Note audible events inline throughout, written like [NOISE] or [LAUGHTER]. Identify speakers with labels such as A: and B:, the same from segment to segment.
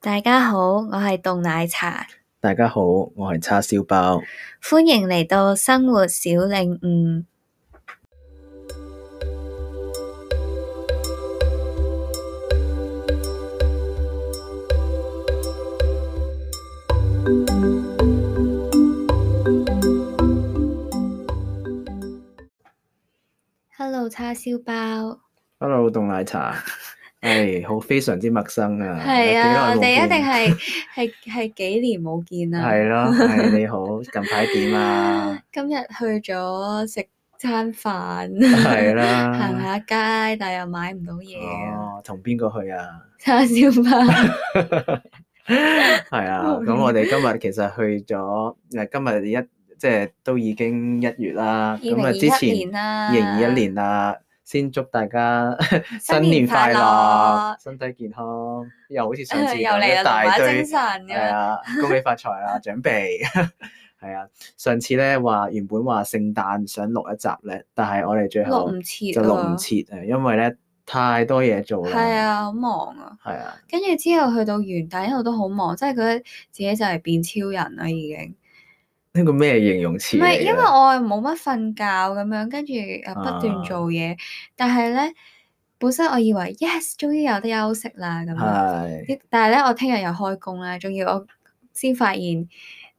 A: 大家好，我係凍奶茶，
B: 大家好，我係叉燒包。
A: 歡迎嚟到生活小領悟。Hello，叉燒包，
B: Hello，凍奶 [LAUGHS] 茶。唉，好非常之陌生啊。
A: 係啊，我
B: 有幾
A: 哋
B: 耐冇
A: 一定
B: 見
A: 係係係幾年冇見啊啦。
B: 係啊咯。係你好，近排點
A: [LAUGHS]
B: 啊？
A: 今日去咗食餐飯，
B: 係啦。
A: 行下街，但又買唔到嘢。
B: 哦，同邊個
A: [LAUGHS]
B: 去啊？
A: 叉燒包
B: [LAUGHS] 係啊，咁我哋今日其實去咗誒，今日一即係都已經一月啦。
A: 二
B: 咁
A: 零
B: 啊，
A: 二
B: 之
A: 一
B: 前
A: 年啦，
B: 二零二一年啦，先祝大家
A: 新
B: 新
A: 年
B: 年
A: 快
B: 快
A: 樂
B: 樂，身體健康。又好似上次
A: [LAUGHS] 又嚟
B: 咁
A: 啦，
B: 一
A: 龍
B: 大
A: 馬精
B: 堆。
A: 神咁
B: 係
A: 樣。
B: 啊，恭喜發財
A: [LAUGHS]
B: 啊，獎備。 [LAUGHS] 係啊，上次咧話原本話聖誕想錄一集咧，但係我哋最
A: 落
B: 後
A: 唔切
B: 就錄
A: 啊
B: 唔！切啊，因為咧太多嘢做啦。
A: 係，啊，好忙啊！
B: 係啊，
A: 跟住之後去到元旦一路都好忙，即係覺得自己就係變超人啦已經。
B: 呢個咩形容詞
A: 唔
B: 嚟
A: 係
B: 嘅？
A: 因為我係冇乜瞓覺咁樣，跟住誒不斷
B: 啊啊
A: 做嘢，但係咧本身我以為 yes 終於有得休息啦咁樣。
B: 係
A: 一但係咧，我聽日又開工啦，仲要我先發現，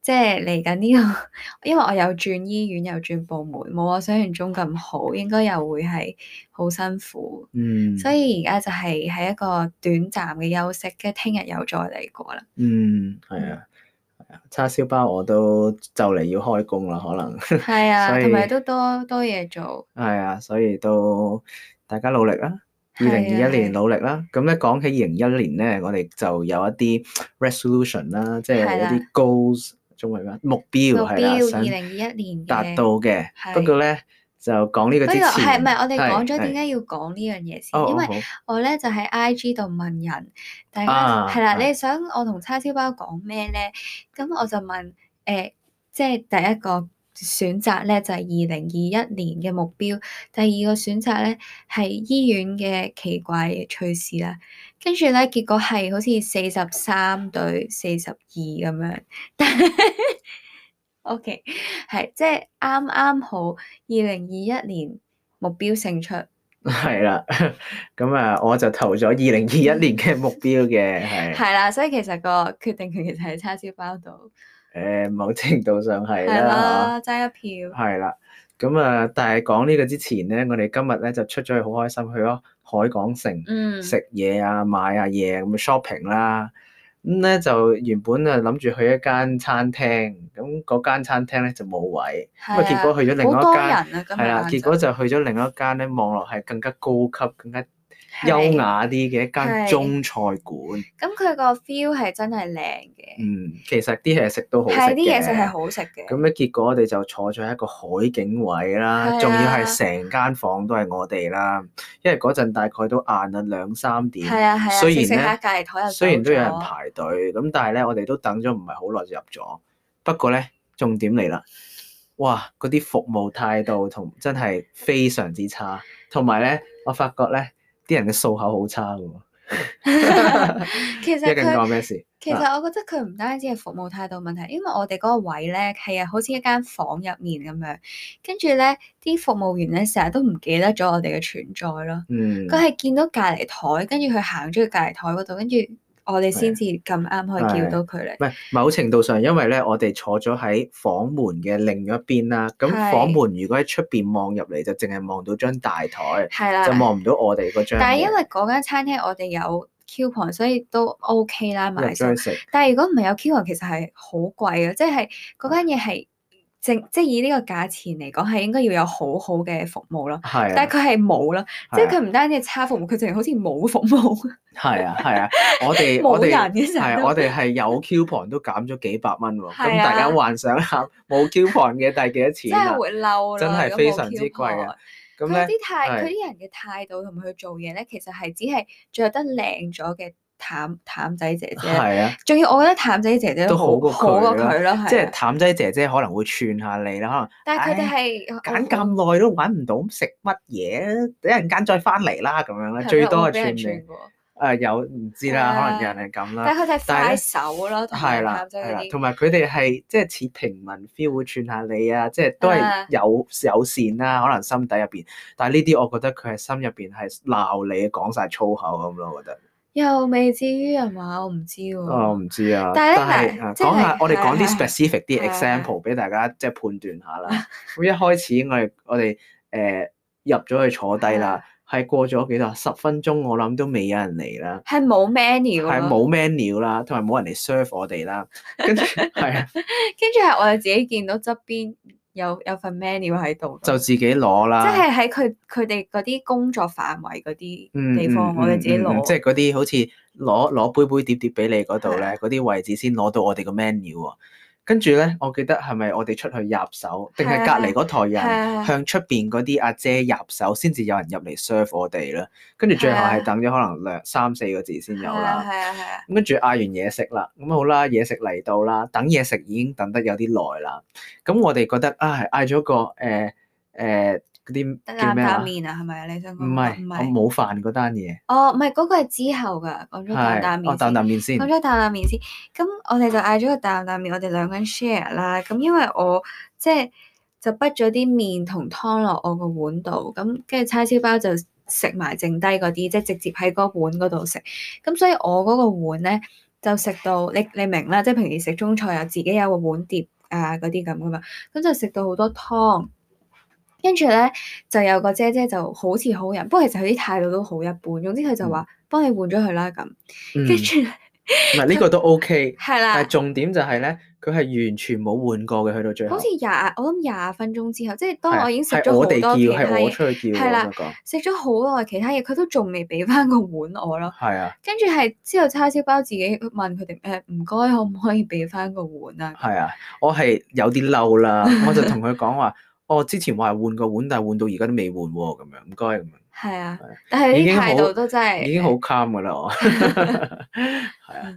A: 即係嚟緊呢個， [LAUGHS] 因為我有轉醫院，又轉部門，冇我想象中咁好，應該又會係好辛苦。
B: 嗯，
A: 所以而家就係喺一個短暫嘅休息，跟住聽日又再嚟過
B: [LAUGHS]
A: 啦。
B: 嗯係啊。係啊叉燒包我都就嚟要開工啦，可能
A: 係啊，
B: 所以
A: 同埋都多多嘢做。
B: 係啊，所以都大家努力啦。二零
A: 係啊
B: 二一年
A: 係啊
B: 努力啦，咁咧講起二零一年咧，我哋就有一啲 resolution 啦，即係
A: 係
B: 一
A: 啦
B: 啲 goals，中文咩目標
A: 目
B: 係啦，
A: 標二
B: 想
A: 零二一年
B: 達
A: 嘅
B: 到嘅。不
A: 係
B: 過咧就講呢個
A: 不
B: 之
A: 過
B: 前，
A: 係唔係我哋
B: 係
A: 講咗
B: 係
A: 點解要講呢樣嘢先？
B: 哦，
A: 因為
B: 哦好 [LAUGHS]
A: 我咧就喺 IG 度問人，大家
B: 啊
A: 係啦，
B: 係
A: 你想我同叉燒包講咩咧？咁我就問誒、呃即係第一個選擇咧就係二零二一年嘅目標，第二個選擇咧係醫院嘅奇怪嘅趣事啦。跟住咧結果係好似四十三對四十二咁樣，但係 [LAUGHS] OK 係即係啱啱好二零二一年目標勝出。
B: 係啦，咁啊我就投咗二零二一年嘅目標嘅，係
A: 係啦，所以其實個決定權其實喺叉燒包度，
B: 誒某程度上係
A: 係哦
B: 啦。啊
A: 啦，爭一票，
B: 係啦，咁啊，但係講呢個之前咧，我哋今日咧就出咗去好開心，去咗海港城
A: 嗯，
B: 食嘢啊、買下嘢咁啊 shopping 啦。咁咧就原本啊諗住去一間餐廳，咁嗰間餐廳咧就冇位，咁啊
A: 係
B: 結果去咗另
A: 好多
B: 外
A: 人
B: 一間，
A: 啊，今日
B: 係
A: 晏
B: 啦，結
A: 晝
B: 果就去咗另一間咧，望落係更加高級、更加
A: 係
B: 優雅啲嘅一間
A: 係
B: 中菜館。
A: 咁佢個 feel 係真係靚嘅，
B: 嗯，其實啲嘢食都好食
A: 係啲嘢食
B: 嘅
A: 係好食嘅，
B: 咁咧，結果我哋就坐咗喺一個海景位
A: 係
B: 啦
A: 啊，
B: 仲要係成間房都係我哋啦。因為嗰陣大概都晏啦，兩三點。
A: 係啊係啊，
B: 雖
A: 食食下
B: 然
A: 隔離台又
B: 咧，雖然
A: 走
B: 都有人
A: 咗
B: 排隊，咁但係咧，我哋都等咗唔係好耐就入咗。不過咧，重點嚟啦，哇！嗰啲服務態度同真係非常之差，同埋咧，我發覺咧，啲人嘅數口好差㗎喎。
A: [LAUGHS] 其
B: 一
A: 實
B: 陣講
A: 佢
B: 咩啊事？
A: 其實我覺得佢唔單止係服務態度問題，因為我哋嗰個位咧係啊，好似一間房入面咁樣，跟住咧啲服務員咧成日都唔記得咗我哋嘅存在咯。
B: 嗯，
A: 佢係見到隔離台，跟住佢行咗去隔離台嗰度，跟住我哋先至咁啱可以叫到佢嚟。
B: 啊唔係某程度上，因為咧，我哋坐咗喺房門嘅另一邊啦。咁
A: 係
B: 房門如果喺出邊望入嚟，就淨係望到張大台，
A: 係
B: 就
A: 啦，
B: 望唔到我哋嗰張嘢。
A: 但係因為嗰間餐廳我哋有 coupon，所以都 OK 啦
B: 入
A: 買數
B: 咗。去食，
A: 但係如果唔係有 coupon，其實係好貴嘅，即係嗰間嘢係正即係以呢個價錢嚟講係應該要有好好嘅服務咯。
B: 係
A: 但
B: 啊，
A: 係佢係冇啦，即係
B: 係
A: 佢
B: 啊，
A: 唔單止係差服務，佢淨係好似冇服務，
B: 係啊，係啊，我
A: [LAUGHS]
B: 哋
A: 冇
B: 我
A: 人
B: 哋。
A: 嘅時
B: 係，啊
A: 候
B: 我
A: 都。
B: 哋係有 coupon 都減咗幾百蚊喎，
A: 係
B: 咁
A: 啊
B: 大家幻想下冇 coupon 嘅，但係幾多
A: 真
B: 錢
A: 係
B: 啊？
A: 會嬲啦！
B: 真係
A: 如果
B: 非
A: 冇
B: 常之
A: coupon
B: 貴啊咁
A: 佢
B: 咧
A: 啲態，佢
B: 係
A: 啲人嘅態度同埋佢做嘢咧，其實係只係着得靚咗嘅淡淡仔姐姐，
B: 係啊，
A: 仲要我覺得淡仔姐姐
B: 都好過
A: 好過
B: 佢啦
A: 佢咯，係啊
B: 即係淡仔姐姐可能會串下你啦，可能
A: 但係佢哋
B: 唉
A: 係啊
B: 揀咁啊耐都揾唔到食乜嘢，等陣間再翻嚟啦咁樣
A: 係
B: 咧，
A: 咪
B: 最
A: 我俾
B: 多係串
A: 人
B: 你
A: 串。過，
B: 誒呃有唔知啦，
A: 係啊
B: 可能有人係咁啦
A: 但。係佢哋
B: 但係
A: 快
B: 呢
A: 手咯，同
B: 係
A: 埋
B: 啦
A: 探，仔
B: 係
A: 嗰
B: 啦，
A: 啲
B: 同。埋佢哋係即係似平民 feel 會串下你啊，即係都係
A: 啊
B: 有友善啦，可能心底入邊。但係呢啲我覺得佢係心入邊係鬧你講晒粗口咁咯，我覺得。
A: 又未至於係嘛？我唔知喎。
B: 啊我唔知啊，
A: 嗯但係呢
B: 但係
A: 嗱
B: 啊
A: 即
B: 講下
A: 係
B: 我哋講啲
A: 係
B: specific 啲
A: 係
B: example 俾大家即係判斷下
A: [LAUGHS]
B: 啦。咁一開始我哋我哋誒入咗去坐低啦，係過咗幾耐？十分鐘我諗都未有人嚟啦。
A: 係冇 menu 咯
B: 係冇 menu 啦，同埋冇人嚟 serve 我哋啦，
A: [LAUGHS]
B: 跟住係啊，
A: 跟住係我哋自己見到側邊有有份 menu 喺度，
B: 就啊自己攞
A: 即
B: 啦。
A: 係喺佢佢哋嗰啲工作範圍嗰啲
B: 嗯
A: 地方，我哋自己
B: 嗯嗯嗯
A: 攞。
B: 即係嗰啲好似攞攞杯杯碟碟俾你嗰度
A: 係啊
B: 咧，嗰啲位置先攞到我哋個 menu 喎。跟住咧，我記得係咪我哋出去入手，定係
A: 係啊
B: 隔離嗰台
A: 係
B: 人
A: 啊
B: 向出邊嗰啲阿姐入手，先至有人入嚟 serve 我哋啦。跟住最後
A: 係啊
B: 係等咗可能兩三四個字先有
A: 係
B: 啦
A: 啊。係啊係啊，
B: 咁跟住嗌完嘢食啦，咁好啦，嘢食嚟到啦，等嘢食已經等得有啲耐啦。咁我哋覺得啊，嗌咗個誒誒嗰啲叫
A: 擔
B: 咩
A: 擔
B: 啊？
A: 麵啊，係咪啊？你想
B: 唔
A: 講
B: 係，
A: 唔係？
B: 我冇飯嗰單嘢，
A: 哦，唔係嗰個係之後㗎，講咗擔擔
B: 係我哦
A: 麵
B: 擔
A: 先。
B: 擔面先
A: 講，咗擔擔麵先，咁我哋就嗌咗個擔擔麵，我哋兩個人 share 啦。咁因為我即係就畢咗啲麵同湯落我個碗度，咁跟住叉燒包就食埋剩低嗰啲，即係直接喺個碗嗰度食。咁所以我嗰個碗咧就食到你你明啦，即係平時食中菜又自己有個碗碟啊嗰啲咁噶嘛，咁就食到好多湯。跟住咧就有個姐姐就好似好人，不過其實佢啲態度都好一般。總之佢就話幫你換咗佢啦咁，
B: 嗯
A: 跟住
B: 唔係呢個都 OK，
A: 係啦。
B: 但係重點就係咧，佢係完全冇換過嘅，去到最後
A: 好似。廿，我諗廿分鐘之後，即係當
B: 係啊
A: 我已經食
B: 係
A: 咗好
B: 我
A: 多
B: 哋
A: 其
B: 叫，
A: 他
B: 係我
A: 嘢，
B: 出去叫
A: 係
B: 嘅，
A: 啦
B: 我講
A: 食咗好耐其他嘢，佢都仲未俾翻個碗我咯。
B: 係啊，
A: 跟住係之後叉燒包自己問佢哋誒唔該，可唔可以俾翻個碗啊？
B: 係啊，我係有啲嬲啦，我就同佢講話， [LAUGHS] 我之前話換個碗，但係換到而家都未換喎，咁樣唔該咁樣。
A: 係啊
B: 係，
A: 但係
B: 已
A: 啲
B: 經好
A: 態度都真
B: 已經好
A: 係，啊
B: calm 噶啦，我係啊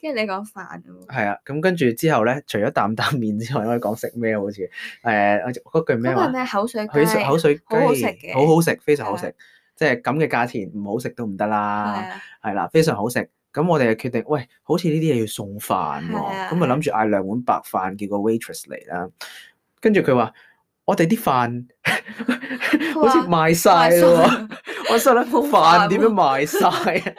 A: 跟住你講飯啊喎
B: 係啊，咁跟住之後咧，除咗擔擔面之外，我哋講食咩好似誒嗰句咩
A: 嗰個係
B: 話？
A: 咩口水雞？
B: 佢食口水雞
A: 好好食嘅
B: 好好食，非常好
A: 係啊
B: 食，即係咁嘅價錢唔好食都唔得
A: 係
B: 啦， [LAUGHS]
A: 啊，
B: 係啦，非常好食。咁我哋就決定，喂，好似呢啲嘢要送飯
A: 係
B: 喎，
A: 啊
B: 咁咪諗住嗌兩碗白飯，叫個 waitress 嚟啦。跟住佢話：我哋啲飯好似
A: 佢話
B: 賣晒
A: [LAUGHS]
B: [LAUGHS]
A: 賣
B: 咯喎
A: 晒。
B: 我心諗
A: 冇
B: 飯
A: 飯
B: 點
A: 喎
B: 樣賣晒啊？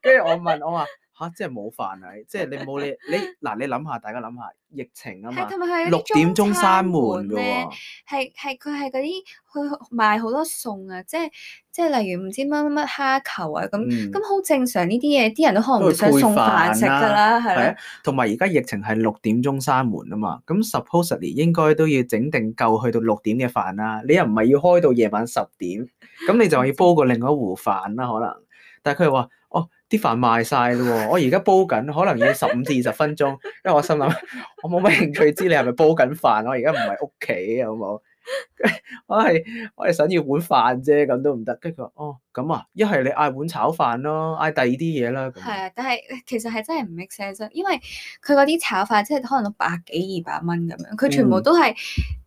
B: [LAUGHS] 跟住我問我話吓，即係冇飯啊！即係你冇你你嗱，你諗下，大家諗下疫情啊嘛
A: 係，同埋佢有
B: 六
A: 啲
B: 點鐘閂
A: 餐
B: 門
A: 館
B: 㗎
A: 咧
B: 喎，
A: 係係佢係嗰啲佢賣好多餸啊，即係即係例如唔知乜乜乜蝦球啊咁，
B: 嗯
A: 咁好、正常呢啲嘢，啲人都可能
B: 都
A: 會
B: 會
A: 想
B: 配
A: 送飯
B: 飯
A: 食㗎
B: 啦
A: 啦，係
B: 係
A: 啦
B: 啊，，同埋而家疫情係六點鐘閂門啊嘛，咁 supposedly 應該都要整定夠去到六點嘅飯啦。你又唔係要開到夜晚十點，咁你就要煲過另外一壺飯啦，可能。但係佢又話：哦，啲飯賣晒咯喎，我而家煲緊，可能要十五至二十分鐘。因為我心諗， [LAUGHS] 我冇乜興趣知你係咪煲緊飯，我而家唔係屋企，好 [LAUGHS] 冇？我係我係想要碗飯啫，咁都唔得。跟住佢話：哦，咁啊，一係你嗌碗炒飯咯，嗌第二啲嘢啦。咁樣
A: 係啊，但係其實係真係唔 make sense，因啊為佢嗰啲炒飯即係可能都百幾二百蚊咁樣，佢全部
B: 嗯
A: 都係、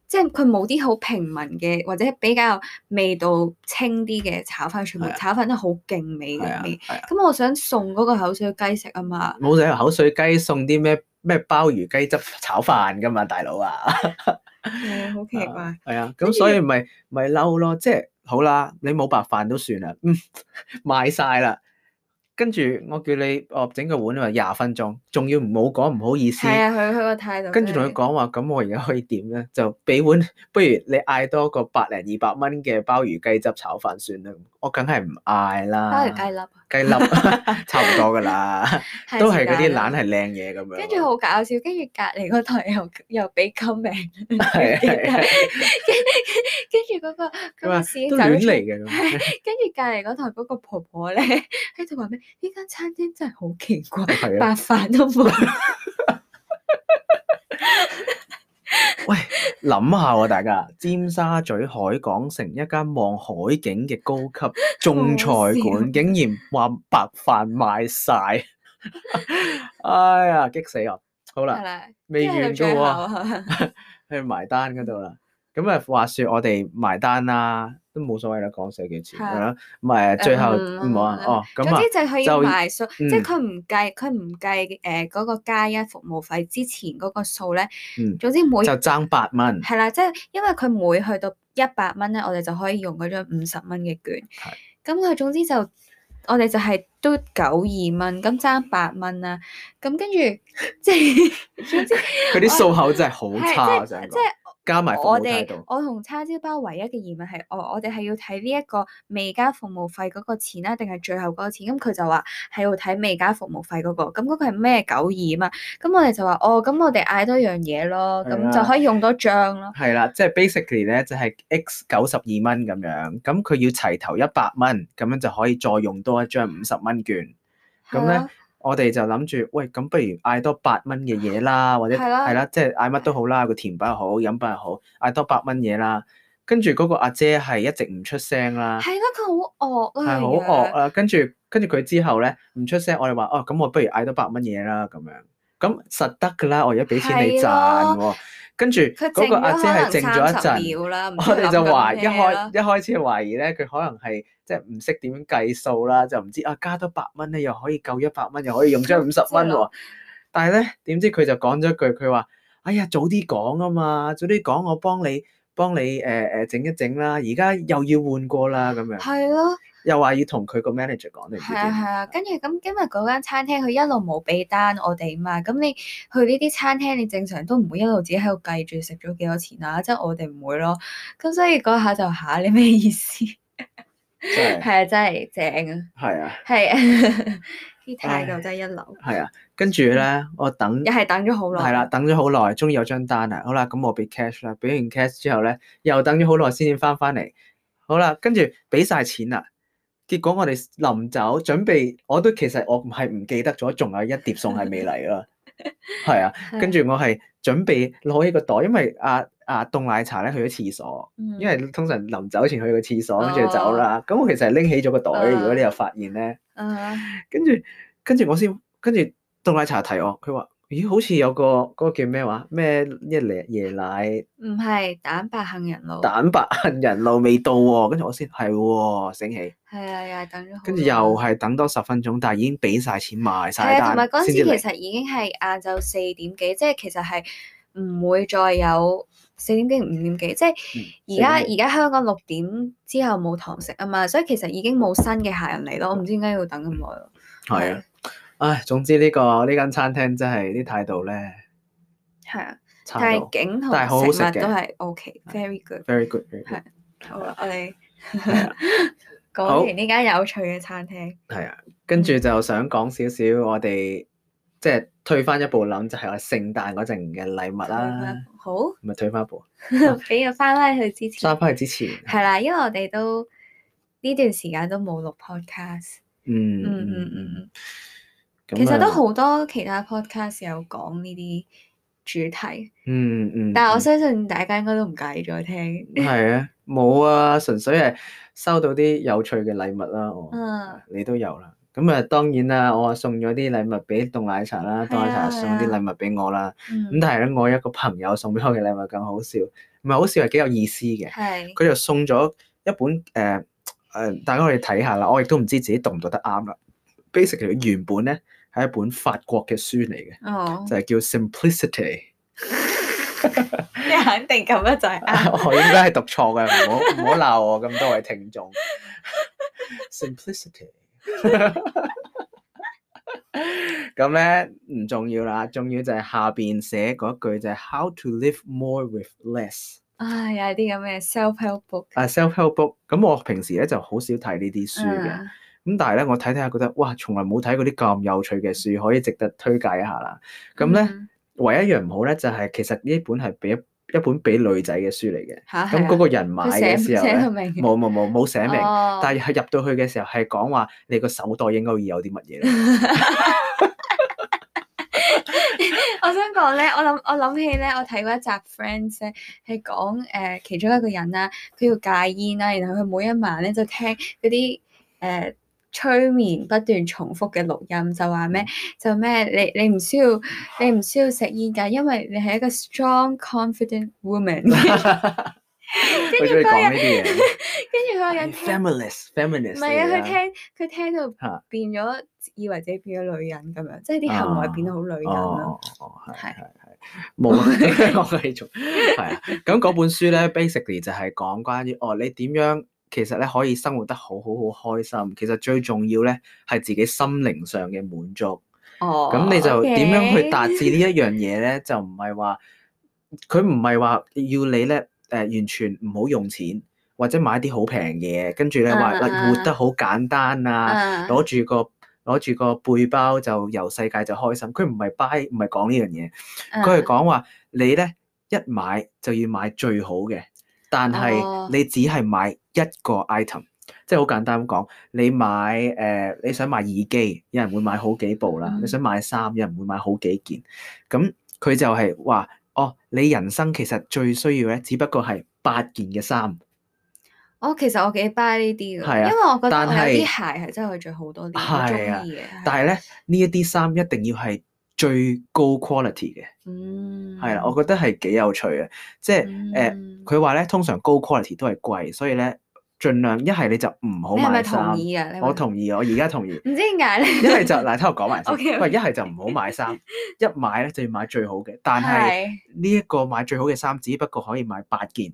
A: 即係佢冇啲好平民嘅或者比較味道清啲嘅炒飯，全部
B: 係啊
A: 炒飯都好勁味
B: 係
A: 嘅
B: 啊
A: 味。
B: 係啊，
A: 咁我想送嗰個口水雞食啊
B: [LAUGHS]
A: 嘛，
B: 冇理由口水雞送啲咩咩鮑魚雞汁炒飯噶嘛，大佬啊！
A: 係好奇怪。
B: 係 [LAUGHS] 啊，
A: 跟
B: 咁
A: 住
B: 所以咪咪嬲咯，即係好啦，你冇白飯都算啦，嗯， [LAUGHS] 賣晒啦。跟住我叫你哦整個碗啊，廿分鐘，仲要唔好講唔好意思，
A: 係啊，佢佢個態度
B: 跟
A: 真係。
B: 住同佢講話，咁我而家可以點咧？就俾碗， [LAUGHS] 不如你嗌多個百零二百蚊嘅鮑魚雞汁炒飯算啦。我梗係唔嗌啦，
A: 包條雞粒啊，
B: 雞粒 [LAUGHS] 差唔多噶
A: [LAUGHS]
B: 啦。都係嗰啲
A: 是但啦
B: 懶係靚嘢咁樣。
A: 跟住好搞笑，跟住隔離嗰台又又俾 comment，跟
B: [LAUGHS] 係係
A: 住嗰個
B: 佢
A: 嗰
B: 話
A: 個侍應
B: 都
A: 走咗
B: 亂
A: 出嚟，
B: 嚟嘅咁樣。
A: [LAUGHS] 跟住隔離嗰台嗰個婆婆 [LAUGHS] 咧喺度話咩？呢間餐廳真係好奇
B: [LAUGHS]
A: 怪，
B: 係啊，
A: 白飯都冇，
B: 諗下喎，大家尖沙咀海港城一間望海景嘅高級中
A: [LAUGHS]
B: 菜
A: 啊
B: 館，竟然話白飯賣晒， [LAUGHS] 哎呀，激死我！好
A: 係
B: 啦， [LAUGHS]
A: 啦，
B: 未
A: 跟住
B: 完
A: 到最
B: 噶
A: 後
B: 喎，
A: 係咪
B: 去埋單嗰度啦。咁啊，話説我哋埋單啦，都冇所謂啦，講寫幾次
A: 係
B: 係啦，唔係最後
A: 嗯
B: 唔好啊，哦
A: 總
B: 咁啊
A: 之，就係佢要
B: 就
A: 埋數，即係
B: 嗯
A: 佢唔計佢唔計誒嗰個加一服務費之前嗰個數咧。
B: 嗯
A: 總之每
B: 就爭八蚊，
A: 係啦，即係因為佢每去到一百蚊咧，我哋就可以用嗰張五十蚊嘅券。咁佢總之就我哋就係都九二蚊，咁爭八蚊啦。咁跟住即係總之
B: 佢啲數口真係好差啊！
A: 係即係
B: 想講
A: 即係
B: 加埋服
A: 我
B: 務態
A: 哋
B: 度，
A: 我同叉燒包唯一嘅疑問係，哦我我哋係要睇呢一個未加服務費嗰個錢啊啦，定係最後嗰個錢？咁佢就話係要睇未加服務費嗰、個，咁嗰個係咩九二啊嘛？咁我哋就話哦，咁我哋嗌多樣嘢咯，
B: 係啦啊
A: 咁就可以用多張咯。
B: 係啦，即係 basically 咧就係 x 九十二蚊咁樣，咁佢要齊頭一百蚊，咁樣就可以再用多一張五十蚊券。咁
A: 係啊
B: 咧
A: 咯，
B: 我哋就諗住，喂，咁不如嗌多八蚊嘅嘢啦，或者
A: 係啦
B: 係啦，即係嗌乜都好啦，個甜品又好，飲品又好，嗌多八蚊嘢啦。跟住嗰個阿姐係一直唔出聲啦，
A: 係咯，佢好惡啊，
B: 啊係好
A: 個
B: 惡
A: 樣
B: 啦。跟住跟住佢之後咧唔出聲，我哋話哦，咁我不如嗌多八蚊嘢啦咁樣。咁實得㗎啦，我而家俾錢你
A: 係
B: 賺
A: 咯
B: 喎。跟住
A: 佢
B: 嗰
A: 靜
B: 個阿姐係
A: 咗
B: 靜
A: 可
B: 咗
A: 能
B: 一
A: 三十
B: 陣。
A: 秒
B: [LAUGHS]
A: 啦，唔
B: 我
A: 知
B: 哋就
A: 諗緊
B: 懷一
A: 咩啊
B: 開
A: 啦
B: 一開始懷疑咧，佢可能係即係唔識點樣計數啦，就唔知啊加多百蚊咧又可以夠一百蚊，又可以用張
A: [LAUGHS]
B: 五十蚊
A: 知
B: 喎
A: 啦。
B: 但係咧點知佢就講咗一句，佢話：哎呀早啲講啊嘛，早啲講我幫你幫你誒誒整一整啦，而家又要換過啦咁樣，
A: 係咯。
B: 又話要同佢個 manager 講定唔嗯知
A: 係啊係啊，跟
B: 點。
A: 住咁今日嗰間餐廳佢一路冇俾單我哋嘛，咁你去呢啲餐廳你正常都唔會一路自己喺度計住食咗幾多錢啊，即係我哋唔會咯。咁所以嗰下就嚇你咩意思？[LAUGHS] 係
B: 真係
A: 啊，真係正啊，
B: 係啊
A: 係 [LAUGHS] 啊，啲態
B: 唉
A: 度真係一流，
B: 係啊，跟住咧我等
A: 又係等咗好耐。
B: 係啦，等咗好耐，終於有張單啦。好啦，咁我俾 cash 啦，俾完 cash 之後咧，又等咗好耐先至翻翻嚟。好啦，跟住俾晒錢啦。結果我哋臨走準備，我都其實我唔係唔記得咗，仲有一碟餸係未嚟
A: [LAUGHS]
B: 啦。係啊，
A: 係啊，
B: 跟住我係準備攞起個袋，因為阿阿凍奶茶咧去咗廁所，
A: 嗯
B: 因為通常臨走前去個廁所，跟住就走
A: 哦
B: 啦。咁我其實係拎起咗個袋，如果你
A: 啊
B: 有發現咧。
A: 啊
B: 跟住跟住我先跟住凍奶茶提我，佢話：咦，好似有個嗰、個叫咩話咩一椰椰奶
A: 唔係蛋白杏仁露，
B: 蛋白杏仁露未到喎、跟住我先係喎醒起，
A: 係啊，又係等咗好耐。
B: 跟住又係等多十分鐘，但係已經俾晒錢埋晒
A: 係啊，同埋嗰
B: 單
A: 陣時
B: 先至嚟
A: 其，實已經係晏晝四點幾，即係其實係唔會再有四點幾五點幾，即係
B: 嗯
A: 而家
B: 四點
A: 而家香港六點之後冇堂食啊嘛，所以其實已經冇新嘅客人嚟咯，我唔知點解要等咁耐咯。
B: 係啊，唉，總之呢、個呢間餐廳真係啲態度咧
A: 係啊，
B: 差
A: 但
B: 到
A: 係景同
B: 但係好好食
A: 食物
B: 嘅
A: 都係 OK，very good。
B: very good very good。
A: 好啦，我哋
B: 係啊好
A: [LAUGHS] 講完呢間有趣嘅餐廳，
B: 係啊，跟住就想講少少我哋即係退翻一步諗，就係、我聖誕嗰陣嘅禮物啦，
A: 啊好 [LAUGHS]
B: 咪退翻一步。
A: 俾佢翻返去之前
B: 沙翻去之前，
A: 係啦，因為我哋都呢段時間都冇錄 podcast。嗯
B: 嗯
A: 嗯嗯嗯。
B: 咁
A: 其實
B: 啊
A: 都，好多其他 podcast 有講呢啲主題，
B: 嗯嗯，
A: 但係我
B: 嗯
A: 相信大家應該都唔介意再聽。
B: 係啊，冇啊，純粹係收到啲有趣嘅禮物啦，我
A: 嗯
B: 你都有啦。咁啊，當然啦，我送咗啲禮物俾凍奶茶啦，
A: 係
B: 凍
A: 啊
B: 奶茶送啲
A: 係啊
B: 禮物俾我啦。咁
A: 嗯，
B: 但係咧，我有一個朋友送俾 [LAUGHS] 我嘅禮物更好笑，唔係好笑係幾有意思嘅。
A: 係
B: 佢就送咗一本誒誒、呃呃大家可以睇下啦。我亦都唔知自己讀唔讀得啱啦。Basically，佢原本咧係一本法國嘅書嚟嘅。
A: 哦，
B: 就係叫 simplicity。
A: 你 [LAUGHS] 肯定咁樣就係啊啱。
B: 我應該係啊讀錯嘅，唔好唔好鬧我咁多位聽眾。simplicity。咁咧唔重要啦，重要就係下邊寫嗰句就係 how to live more with less。
A: 唉，有啲咁嘅 self help book。
B: 啊，self help book。咁我平時咧就好少睇呢啲書嘅。
A: 嗯，
B: 咁但係啊咧，我睇睇下覺得，哇，從來冇睇過啲咁有趣嘅書，可以值得推介一下啦。咁咧，
A: 嗯
B: 唯一一樣唔好咧，就係、其實呢本係俾一一本俾女仔嘅書嚟嘅。
A: 吓
B: 咁嗰個人買
A: 啊佢
B: 嘅
A: 寫
B: 時候
A: 寫到
B: 咧，
A: 明，
B: 冇冇冇冇寫明，
A: 哦
B: 但係入到去嘅時候係講話你個手袋應該要有啲乜嘢咯。
A: [LAUGHS] 我想講咧，我諗我諗起咧，我睇過一集 Friends 咧，係講誒其中一個人啦，佢要戒煙啦，然後佢每一晚咧就聽嗰啲誒催眠不斷重複嘅錄音，就話
B: 嗯
A: 咩就咩你你唔需要
B: [LAUGHS]
A: 你唔需要食煙㗎，因為你係一個 strong confident woman。跟
B: 佢
A: 住
B: 中意
A: 嗰
B: 講
A: 人
B: 呢啲嘢。
A: [LAUGHS] 跟住嗰個人聽，唔
B: feminist，feminist
A: 係啊，
B: 嚟㗎
A: 佢聽佢聽到
B: 嚇
A: 變咗，以為自己變咗女人咁樣，即係啲行為變得好女人咯。
B: 啊哦哦哦，係
A: 係
B: 係係，冇 [LAUGHS] 啊！我繼續係啊。咁嗰本書咧，basically 就係講關於哦，你點樣其實咧可以生活得好好好開心。其實最重要咧係自己心靈上嘅滿足。
A: 哦，
B: 咁你就點樣去達
A: OK
B: 至呢一樣嘢咧？就唔係話佢唔係話要你咧誒、完全唔好用錢，或者買啲好平嘅嘢，跟住咧話
A: 啊啊
B: 活得好簡單啊，
A: 啊
B: 攞住個攞住個背包就遊世界就開心。佢唔係 buy 唔係講呢樣嘢，
A: 嗯啊
B: 佢係講話你咧一買就要買最好嘅，但係
A: 哦
B: 你只係買一個 item。即係好簡單咁講，你買誒、呃你想買耳機，有人會買好幾部啦；你
A: 嗯
B: 想買衫，有人會買好幾件。咁佢就係話：哦，你人生其實最需要咧，只不過係八件嘅衫。
A: 我哦其實我幾 buy 呢啲嘅，
B: 係啊
A: 因為我覺得
B: 但
A: 我有
B: 係
A: 啲鞋係真係佢着好多啲，我中
B: 係啊
A: 意嘅。
B: 但係咧，呢一啲衫一定要係最高 quality 嘅，
A: 嗯，
B: 係啦、我覺得係幾有趣嘅，即係誒。呃
A: 嗯
B: 佢話咧，通常高 quality 都係貴，所以咧，盡量一係你就唔好
A: 你係
B: 買
A: 咪
B: 衫
A: 同。意啊？你係咪
B: 我同意，我而家同意。
A: 唔知點解
B: [LAUGHS]
A: 咧，
B: 一係就嗱，聽我講埋
A: [LAUGHS] OK，OK
B: 先。喂，一係就唔好買
A: [LAUGHS]
B: 衫，一買咧就要買最好嘅。但係
A: 係
B: 呢一個買最好嘅衫，只不過可以買八件，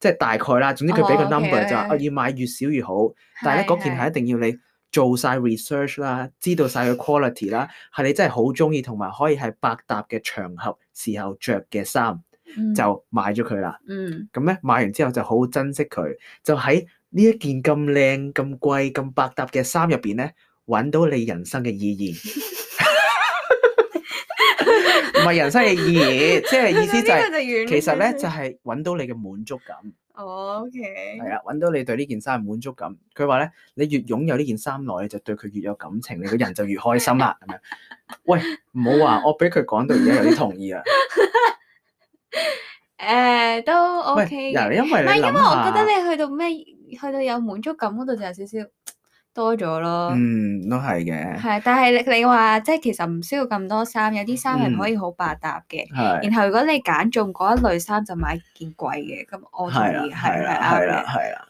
B: 即係大概啦。總之佢俾個
A: 哦，OK，
B: number 就話，
A: OK
B: 我要買越少越好。但係咧嗰件係一定要你做晒 research 啦，知道晒佢 quality 啦，係你真係好中意同埋可以係百搭嘅場合時候着嘅衫，
A: 嗯
B: 就買咗佢啦。
A: 嗯
B: 咁咧買完之後就好好珍惜佢，就喺呢一件咁靚、咁貴、咁百搭嘅衫入邊咧，揾到你人生嘅意義。
A: [LAUGHS]
B: 唔係人生嘅意義，即係意思就係、其實咧就係、揾到你嘅滿足感，
A: 哦，OK，
B: 係啊啦，揾到你對呢件衫嘅滿足感。佢話咧，你越擁有呢件衫耐，你就對佢越有感情，你個人就越開心啦。咁樣，喂，唔好話我俾佢講到而家有啲同
A: [LAUGHS]
B: 意啦。啊
A: 誒都
B: 喂，
A: OK 嘅
B: 嗱，因為
A: 唔係
B: 你
A: 因為
B: 諗
A: 我覺得。
B: 下
A: 你去到咩，去到有滿足感嗰度就有少少多咗咯。
B: 嗯，都係嘅，
A: 係，但係你你話即係其實唔需要咁多衫，有啲衫係可以好百搭嘅。
B: 嗯係。
A: 然後如果你揀中嗰一類衫，就買件貴嘅。咁我同
B: 係啦，
A: 意係係
B: 係啦，係
A: 啱，
B: 啦
A: 嘅。
B: 係啦，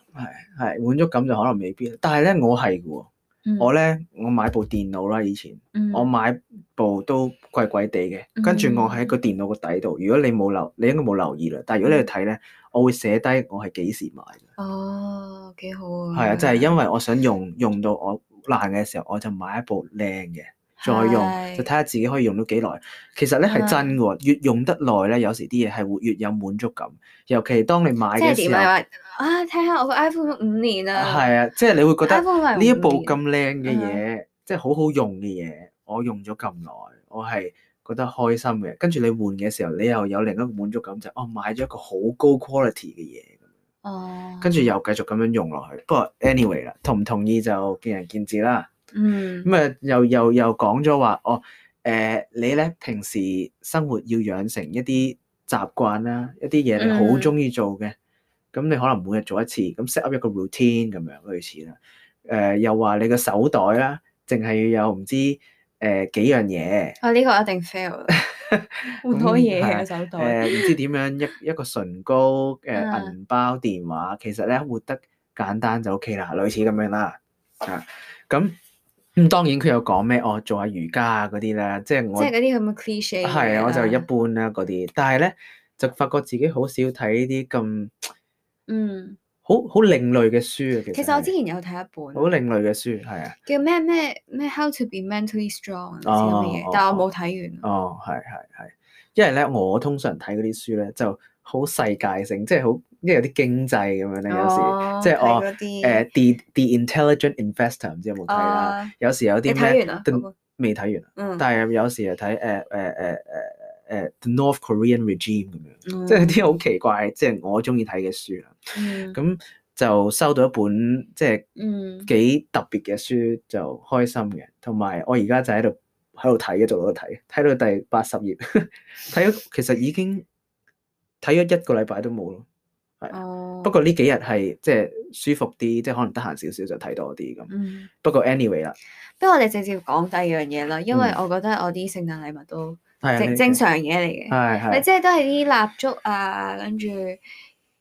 B: 係係滿足感就可能未必，但係咧我係嘅喎，
A: 嗯
B: 我咧我買部電腦啦，以前
A: 嗯
B: 我買部都貴貴地嘅，跟住我喺個電腦個底度，如果你冇留，你應該冇留意啦，但
A: 嗯
B: 係如果你去睇咧，我會寫低我係幾時買嘅，
A: 哦幾好啊。
B: 係啊，就係因為我想用用到我爛嘅時候，我就買一部靚嘅。再用
A: 係嗯
B: 就睇下自己可以用到幾耐。其實咧係
A: 係
B: 真嘅喎，越用得耐咧，有時啲嘢係會越有滿足感。尤其當你買
A: 即
B: 嘅
A: 係
B: 時
A: 點
B: 候，
A: 啊？話啊，睇下我個 iPhone 五年啊
B: 係啊，即係你會覺得
A: ，iPhone 係
B: 呢一部
A: 五年
B: 咁靚嘅嘢，即係好好用嘅嘢，我用咗咁耐，我係覺得開心嘅。跟住你換嘅時候，你又有另一個滿足感，就係哦買咗一個好高 quality 嘅嘢，
A: 哦，
B: 跟住又繼續咁樣用落去。不過 anyway 啦，同唔同意就見仁見智啦。
A: 嗯
B: 咁啊，又又又講咗話哦，誒、你咧平時生活要養成一啲習慣啦，一啲嘢你好
A: 嗯
B: 中意做嘅，咁、你可能每日做一次，咁 set up 一個 routine 咁樣類似啦。誒、又話你個手袋啦，淨係要有唔知誒、幾樣嘢，
A: 我啊呢個一定 fail
B: [LAUGHS]
A: 啦，換好嘢嘅手
B: 誒、
A: 袋，
B: 唔知點樣一一 [LAUGHS] 個唇膏、誒、
A: 嗯
B: 銀包、電話，其實咧活得簡單就 OK 啦，類似咁樣啦。啊，咁咁當然佢又講咩哦，做下瑜伽啊嗰啲啦，即係我
A: 即係嗰啲咁嘅 cliche
B: 係啊我就一
A: 嘢啦
B: 般啦嗰啲，但係咧就發覺自己好少睇呢啲咁
A: 嗯，
B: 好好另類嘅書啊。其實
A: 其實我之
B: 係
A: 前有睇一本
B: 好另類嘅書係啊，
A: 叫咩咩咩 How to be mentally strong 唔知
B: 哦
A: 乜嘢，但我冇睇完。啊
B: 哦係係係，因為咧我通常睇嗰啲書咧就好世界性，即係好因為有啲經濟咁樣咧有時。即係我
A: 哦睇嗰啲
B: 誒、The The 呃 Intelligent Investor 唔知有冇睇啦？
A: 啊
B: 有時有
A: 你
B: 啲
A: 睇
B: 咩
A: 完啦，
B: The-
A: 嗰個
B: 未睇完啊，
A: 嗯，
B: 但係有時又睇誒呃誒誒誒誒呃 The North Korean Regime 咁樣，
A: 嗯
B: 即係啲好奇怪，即係我中意睇嘅書啦。
A: 嗯
B: 咁就收到一本即係
A: 嗯
B: 幾特別嘅書，就開心嘅。同埋我而家就喺度喺度睇嘅，做到睇，睇到第八十頁， [LAUGHS] 睇咗其實已經睇咗一個禮拜都冇咯。
A: 哦，
B: 不過呢幾日係即係舒服啲，即係可能得閒少少就睇多啲咁。
A: 嗯，
B: 不過 anyway 啦，
A: 不過我哋直接講第二樣嘢啦，因為
B: 嗯
A: 我覺得我啲聖誕禮物都
B: 係啊
A: 正
B: 你
A: 正常嘢嚟嘅。你
B: 係係
A: 啊即係都係啲蠟燭啊，跟住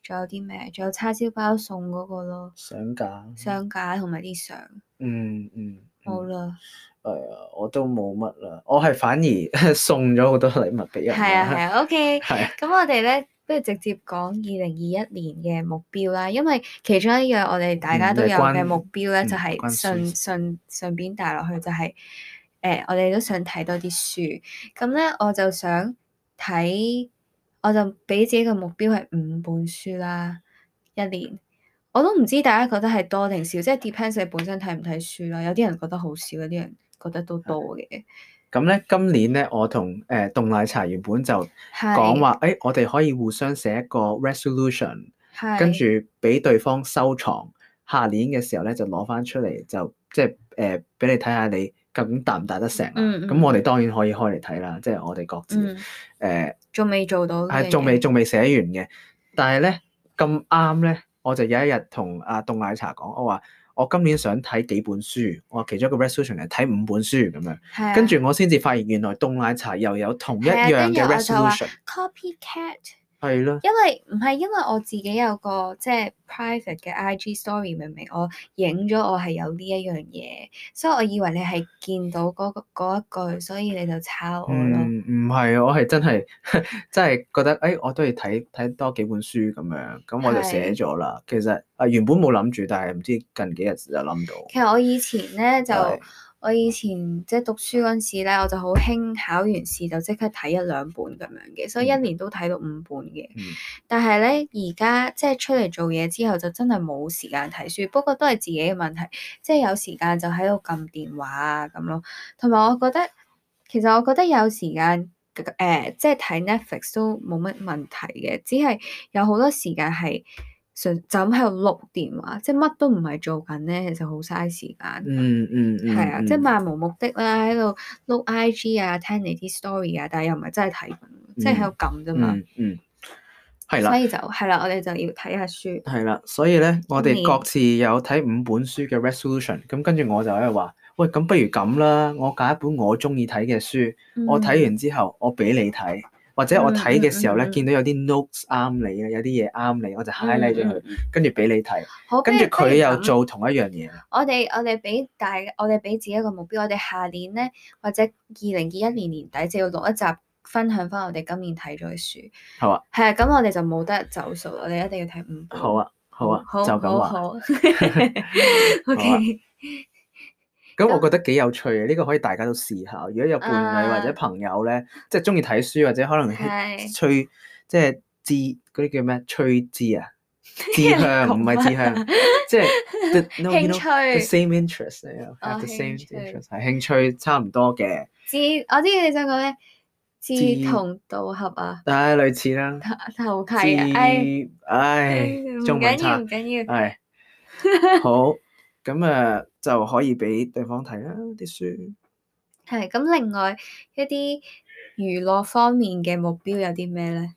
A: 仲有啲咩？仲有叉燒包餸嗰個咯，
B: 想架，
A: 相架同埋啲相，
B: 嗯嗯，
A: 冇
B: 嗯
A: 啦。
B: 係啊，我都冇乜啦，我係反而 [LAUGHS] 送咗好多禮物俾人，
A: 係啊係
B: 啊，
A: 啊，OK。
B: 係啊
A: 咁我哋咧，不如直接講二零二一年嘅目標啦，因為其中一樣我哋大家
B: 嗯
A: 都有
B: 係關
A: 嘅目標咧，
B: 嗯
A: 就係
B: 關
A: 順順順便帶落去就係、诶我哋都想睇多啲書。咁咧，我就想睇，我就俾自己嘅目標係五本書啦，一年。我都唔知大家覺得係多定少，即係 depends 你本身睇唔睇書啦。有啲人覺得好少，有啲人覺得都多嘅。
B: 咁咧今年咧，我同誒凍奶茶原本就
A: 係
B: 講話，誒、我哋可以互相寫一個 resolution，
A: 係
B: 跟住俾對方收藏，下年嘅時候咧就攞翻出嚟，就即係誒俾你睇下你究竟達唔達得成啦。
A: 嗯嗯
B: 咁我哋當然可以開嚟睇啦，即係我哋各自
A: 嗯，
B: 誒
A: 仲未做到呢樣嘢。
B: 係仲未仲未寫完嘅，但係咧咁啱咧，我就有一日同阿凍奶茶講，我話我今年想睇幾本書，我話其中一個 resolution 係睇五本書咁樣。
A: 係啊
B: 跟住我先至發現原來凍奶茶又有同一
A: 係啊
B: 樣
A: 跟住
B: 嘅
A: 我就話
B: resolution，
A: copycat，
B: 係咯，
A: 因為唔係因為我自己有個即係 private 嘅 IG story，明明我影咗我係有呢一樣嘢，所以我以為你係見到嗰、個嗰一句，所以你就抄我咯。
B: 嗯，唔係啊，我係真係 [LAUGHS] 真係覺得，誒、哎我都要睇睇多幾本書咁樣，咁我就
A: 係
B: 寫咗啦。其實啊，原本冇諗住，但係唔知近幾日就諗到。
A: 其實我以前咧就
B: 係
A: 我以前即係讀書嗰陣時咧，我就好興考完試就即刻睇一兩本咁樣嘅，所以一
B: 嗯
A: 年都睇到五本嘅。
B: 嗯
A: 但係咧，而家即係出嚟做嘢之後，就真係冇時間睇書。不過都係自己嘅問題，即係有時間就喺度撳電話啊咁咯。同埋我覺得，其實我覺得有時間誒、呃即係睇 Netflix 都冇乜問題嘅，只係有好多時間係純就咁喺度碌電話，即係乜都唔係做緊咧，其實好嘥時間。
B: 嗯嗯嗯，
A: 係啊，即係
B: 嗯
A: 漫無目的啦，喺度碌 IG 啊，聽你啲 story 啊，但係又唔係真係睇緊，即係喺度撳啫嘛。
B: 嗯嗯，係啦
A: 所。以就係啦，我哋就要睇下書。
B: 係啦，所以咧，我哋
A: 年
B: 各自有睇五本書嘅 resolution，咁跟住我就喺度話，喂，咁不如咁啦，我揀一本我中意睇嘅書，我睇完之後，我俾你睇，或者我
A: 嗯
B: 睇嘅時候
A: 嗯
B: 咧，
A: 嗯嗯
B: 見到有啲 notes 啱你啊咧，有啲嘢啱你，我就
A: 嗯
B: highlight 咗
A: 嗯
B: 佢，跟住俾你睇，
A: 好，
B: 跟
A: 不
B: 住
A: 如
B: 佢又。
A: 不如咁
B: 做同一樣嘢，啊
A: 我哋我哋俾大我哋俾自己一個目標，我哋下年咧或者二零二一年年底就要錄一集分享翻我哋今年睇咗嘅書。
B: 好啊，
A: 係啊，咁我哋就冇得走數，我哋一定要睇五本。
B: 好啊，好啊，
A: 好
B: 就咁
A: 好
B: 話。 [LAUGHS]
A: 好 [LAUGHS]
B: 好啊
A: ，OK，
B: 咁我覺得幾有趣嘅，呢個可以大家都試下。如果有伴侶或者
A: 啊
B: 朋友咧，即係中意睇書或者可能
A: 係
B: 趣，即係志嗰啲叫咩？趣志啊，
A: [LAUGHS]
B: 志向唔係志向，即係 the- no,
A: 興
B: you know,
A: 趣。
B: the same interest 嚟啊
A: 哦
B: ，have the same
A: 興趣
B: interest 係興趣差唔多嘅，
A: 志，我知你想講咩？
B: 志
A: 志同道合啊，
B: 唉，類似啦。
A: 投契啊，唉，
B: 志唉
A: 唔，
B: 中文
A: 緊要
B: 差
A: 唔緊要，
B: 唉，好咁啊，就可以俾對方睇啦啲書。
A: 係咁。另外一啲娛樂方面嘅目標有啲咩咧？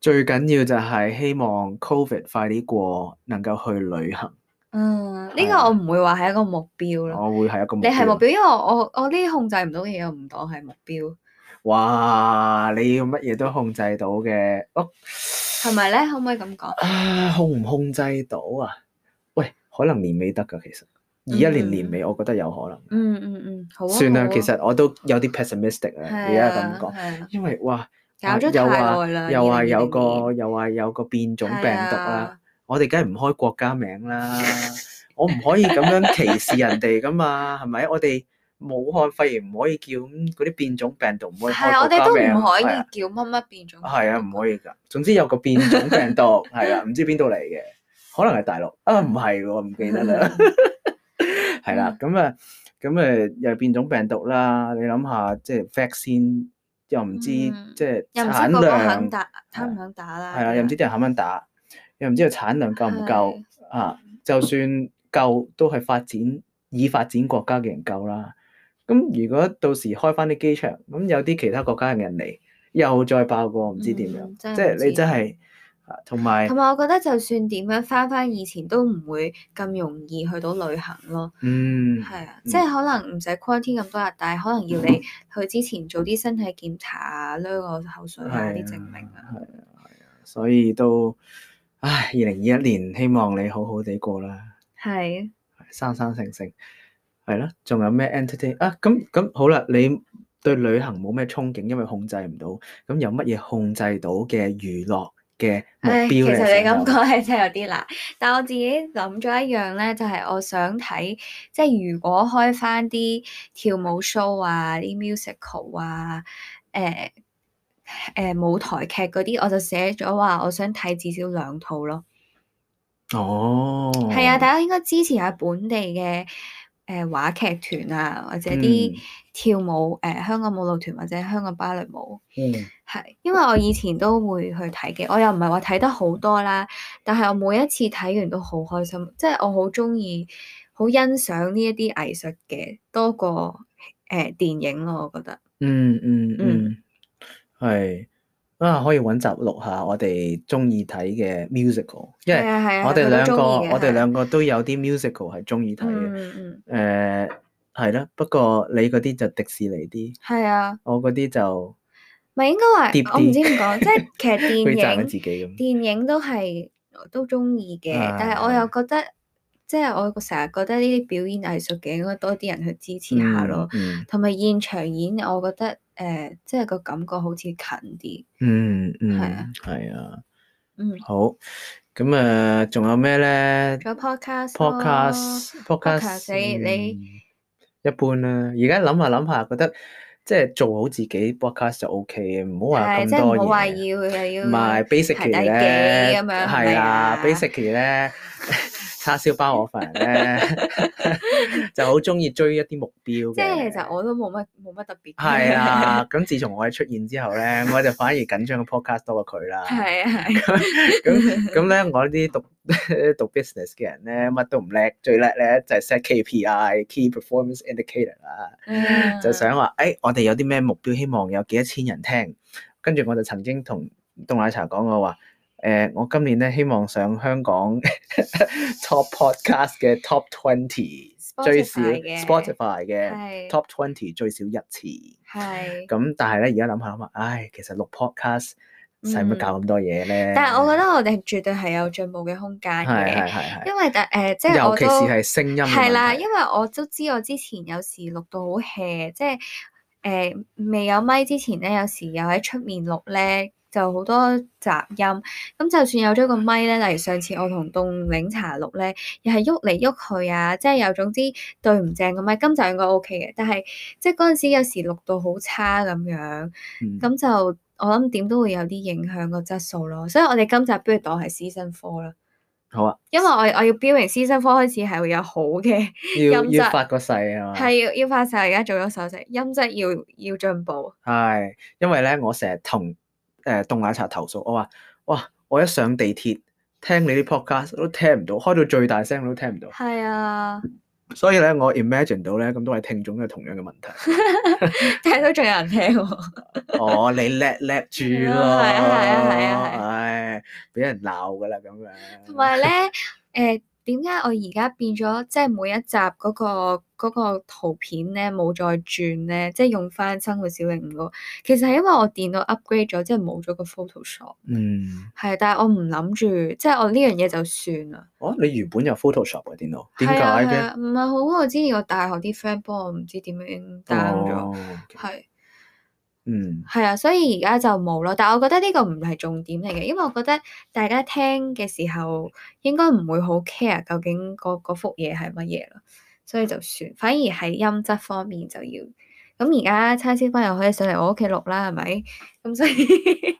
B: 最緊要就係希望 Covid 快啲過，能夠去旅行，
A: 嗯，呢
B: 係
A: 個
B: 啊
A: 我唔會話係一個目標咯。
B: 我會係一哦個目
A: 你
B: 標。
A: 係目標，因為我我呢啲控制唔到嘅嘢，我唔當係目標，
B: 哇！你要乜嘢都控制到嘅，哦，
A: 係咪咧？可唔可以咁講？
B: 啊，控唔控制到啊？喂，可能年尾得㗎，其實二一年年尾，我覺得有可能。
A: 嗯嗯嗯，好啊。
B: 算啦
A: 好，啊
B: 其實我都有啲 pessimistic 啦，而
A: 係
B: 家
A: 啊
B: 咁講，
A: 係啊
B: 因為哇，
A: 搞
B: 啊
A: 咗
B: 又
A: 太
B: 話
A: 耐啦
B: 又話
A: 2020
B: 有個
A: 年
B: 又話有個變種病毒啦。
A: 係啊
B: 我哋梗係唔開國家名啦，我唔可以咁樣歧視人哋噶嘛，係咪？我哋武漢肺炎唔可以叫咁嗰啲變種病毒唔可以
A: 係
B: 開
A: 啊，我
B: 國
A: 哋
B: 家
A: 都
B: 名，
A: 唔可以
B: 係啊
A: 叫乜乜變種。
B: 係啊，唔可以㗎。總之有個變種
A: [LAUGHS]
B: 病毒係啦，唔知邊度嚟嘅，可能係大陸啊，唔係喎，唔記
A: 嗯
B: 得啦。係啦，咁啊，咁誒又係變種病毒啦，你諗下，即係 vaccine 又唔知
A: 嗯
B: 即係
A: 又唔知個
B: 產
A: 個肯
B: 量。
A: 打，肯唔肯打啦？啊
B: 係啦，啊又唔知啲人肯唔肯打，又唔知道產量夠唔夠啊！就算夠，都係發展已發展國家嘅人夠啦。咁如果到時開翻啲機場，咁有啲其他國家嘅人嚟，又再爆過，唔知點樣，
A: 嗯
B: 即
A: 真係唔
B: 係你
A: 知
B: 真係啊同埋
A: 同埋我覺得就算點樣翻翻以前都唔會咁容易去到旅行咯，
B: 嗯
A: 係啊，
B: 嗯
A: 即係可能唔使 quarantine 咁多日，但係可能要你去之前做啲身體檢查啊、濛個口水啊
B: 係
A: 啲證明啊，
B: 係啊，所以都唉，二零二一年希望你好好地過啦，
A: 係
B: 生生性性係啦。仲有咩 entertain à, 啊？咁咁好啦，你對旅行冇咩憧憬，因為控制唔到。咁有乜嘢控制到嘅娛樂嘅目
A: 唉，
B: 標
A: 其實你咁
B: 想有
A: 講係真係有啲難，但我自己諗咗一樣咧，就係、我想睇，即係如果開翻啲跳舞 show 啊、啲 musical 啊、誒、誒、舞台劇嗰啲，我就寫咗話我想睇至少兩套咯。
B: 哦，
A: 係啊，大家應該支持下本地嘅誒、呃話劇團啊，或者
B: 嗯
A: 啲跳舞誒、呃香港舞蹈團或者香港芭蕾舞。
B: 嗯，嗯
A: 係，因為我以前都會去睇嘅，我又唔係話睇得好多啦，但係我每一次睇完都好開心，即係我好中意、好欣賞呢一啲藝術嘅多過誒、呃、電影咯，我覺得
B: 嗯嗯嗯
A: 嗯，
B: 係啊，可以揾集錄下我哋中意睇嘅 musical，因
A: 係
B: 為
A: 啊係啊，
B: 我哋兩
A: 個
B: 個我哋兩個都有啲 musical 係中意睇嘅。
A: 嗯嗯
B: 誒係啦，不過你嗰啲就迪士尼啲，
A: 係啊，
B: 我嗰啲就
A: 咪應該
B: 疊
A: 話我唔知
B: 啲
A: 點講，即係其
B: [LAUGHS]
A: 實
B: 好似讚緊
A: 電
B: 自己
A: 影
B: 咁。
A: 電影都係都中意嘅
B: 係，
A: 但係我又覺得即係我成日覺得呢啲表演藝術嘅應該多啲人去支持下咯。
B: 嗯
A: 同埋現場演，我覺得誒、呃即係個感覺好似近啲。
B: 嗯嗯
A: 係啊
B: 嗯，係啊，
A: 嗯，
B: 好。咁啊，仲有咩咧
A: 仲有 podcast 咯
B: ？podcast，podcast，
A: 哦 podcast，你你
B: 嗯一般啦。而家諗下諗下，覺得即係做好自己 podcast 就 OK 嘅，唔好話
A: 係即
B: 咁
A: 係唔
B: 多
A: 好話
B: 嘢。啊
A: 要又
B: 唔係
A: 要
B: basically
A: 底
B: 咧，
A: 記咁樣係
B: 係
A: 咪
B: 啦
A: 啊
B: ，basically 咧， [LAUGHS] 叉燒包我份人咧， [LAUGHS] 就好中意追一啲目標嘅。
A: 即係其實我都冇乜冇乜特別。
B: 係，啊啦，咁自從我哋出現之後咧，我就反而緊張個 podcast 多過佢啦。
A: 係啊係啊，
B: 咁咁咧，我呢啲 [LAUGHS] 讀讀 business 嘅人咧，乜都唔叻，最叻咧就係 set KPI（key performance indicator） 啦。 [LAUGHS]
A: 嗯
B: 就想話，誒、我哋有啲咩目標，希望有幾多千人聽。跟住我就曾經同凍奶茶講過話，誒、我今年咧希望上香港 [LAUGHS] top podcast 嘅 top twenty 最少
A: Spotify 嘅
B: Spotify 嘅
A: 係
B: top twenty 最少一次。
A: 係。
B: 咁但係咧，而家諗下諗下，唉，其實錄 podcast 使乜
A: 嗯
B: 搞咁多嘢咧？
A: 但係我覺
B: 得
A: 得我哋絕對係有進步嘅空間
B: 係係
A: 嘅，
B: 係係，
A: 因為但誒、呃即係
B: 尤
A: 我
B: 其是
A: 都
B: 係聲音嘅
A: 係啦，
B: 問題
A: 因為我都知我之前有時錄到好 hea，即係誒未有咪之前咧，有時又喺出面錄咧，就好多雜音。咁就算有咗個咪咧，例如上次我同凍檸茶錄咧，又係喐嚟喐去啊，即係又總之對唔正個咪。今集應該 OK 嘅，但係即係嗰陣時有時錄到好差咁樣。
B: 嗯
A: 咁就我諗點都會有啲影響個質素咯，所以我哋今集不如當係 season four 啦，
B: 好啊，
A: 因為我我要標明 season four 開始係會有好嘅，
B: 要
A: 音
B: 要
A: 質
B: 發個誓啊嘛。
A: 係要要發誓，而家做咗手勢，音質要要進步，
B: 係，因為咧，我成日同誒凍奶茶投訴，我話：哇，我一上地鐵聽你啲 podcast 都聽唔到，開到最大聲都聽唔到。
A: 係啊，
B: 所以咧，我 imagine 到咧咁多位聽眾都係同樣嘅問題。
A: [LAUGHS] [LAUGHS] 但係都仲有人聽喎，
B: 哦，你叻叻住
A: 係
B: 咯，
A: 啊係啊係啊係啊
B: 唉，俾人鬧噶啦咁樣。
A: 同埋咧誒。點解我而家變咗即係每一集嗰、個嗰、個圖片咧冇再轉咧，即係用翻生活小靈嗰個，其實係因為我電腦 upgrade 咗，即係冇咗個 Photoshop。
B: 嗯，
A: 係，啊但係我唔諗住，即係我呢樣嘢就算啦。
B: 哦，你原本有 Photoshop 嘅電腦，點解
A: 係啊係
B: 嘅？
A: 啊，唔係好，我之前我大學啲 friend 幫我唔知點樣 down 咗，
B: 哦，
A: 啊係
B: 嗯，
A: 係啊，所以而家就冇咯。但係我覺得呢個唔係重點嚟嘅，因為我覺得大家聽嘅時候應該唔會好 care 究竟嗰嗰幅嘢係乜嘢咯，所以就算。反而係音質方面就要。咁而家叉燒包又可以上嚟我屋企錄啦，係咪？咁所以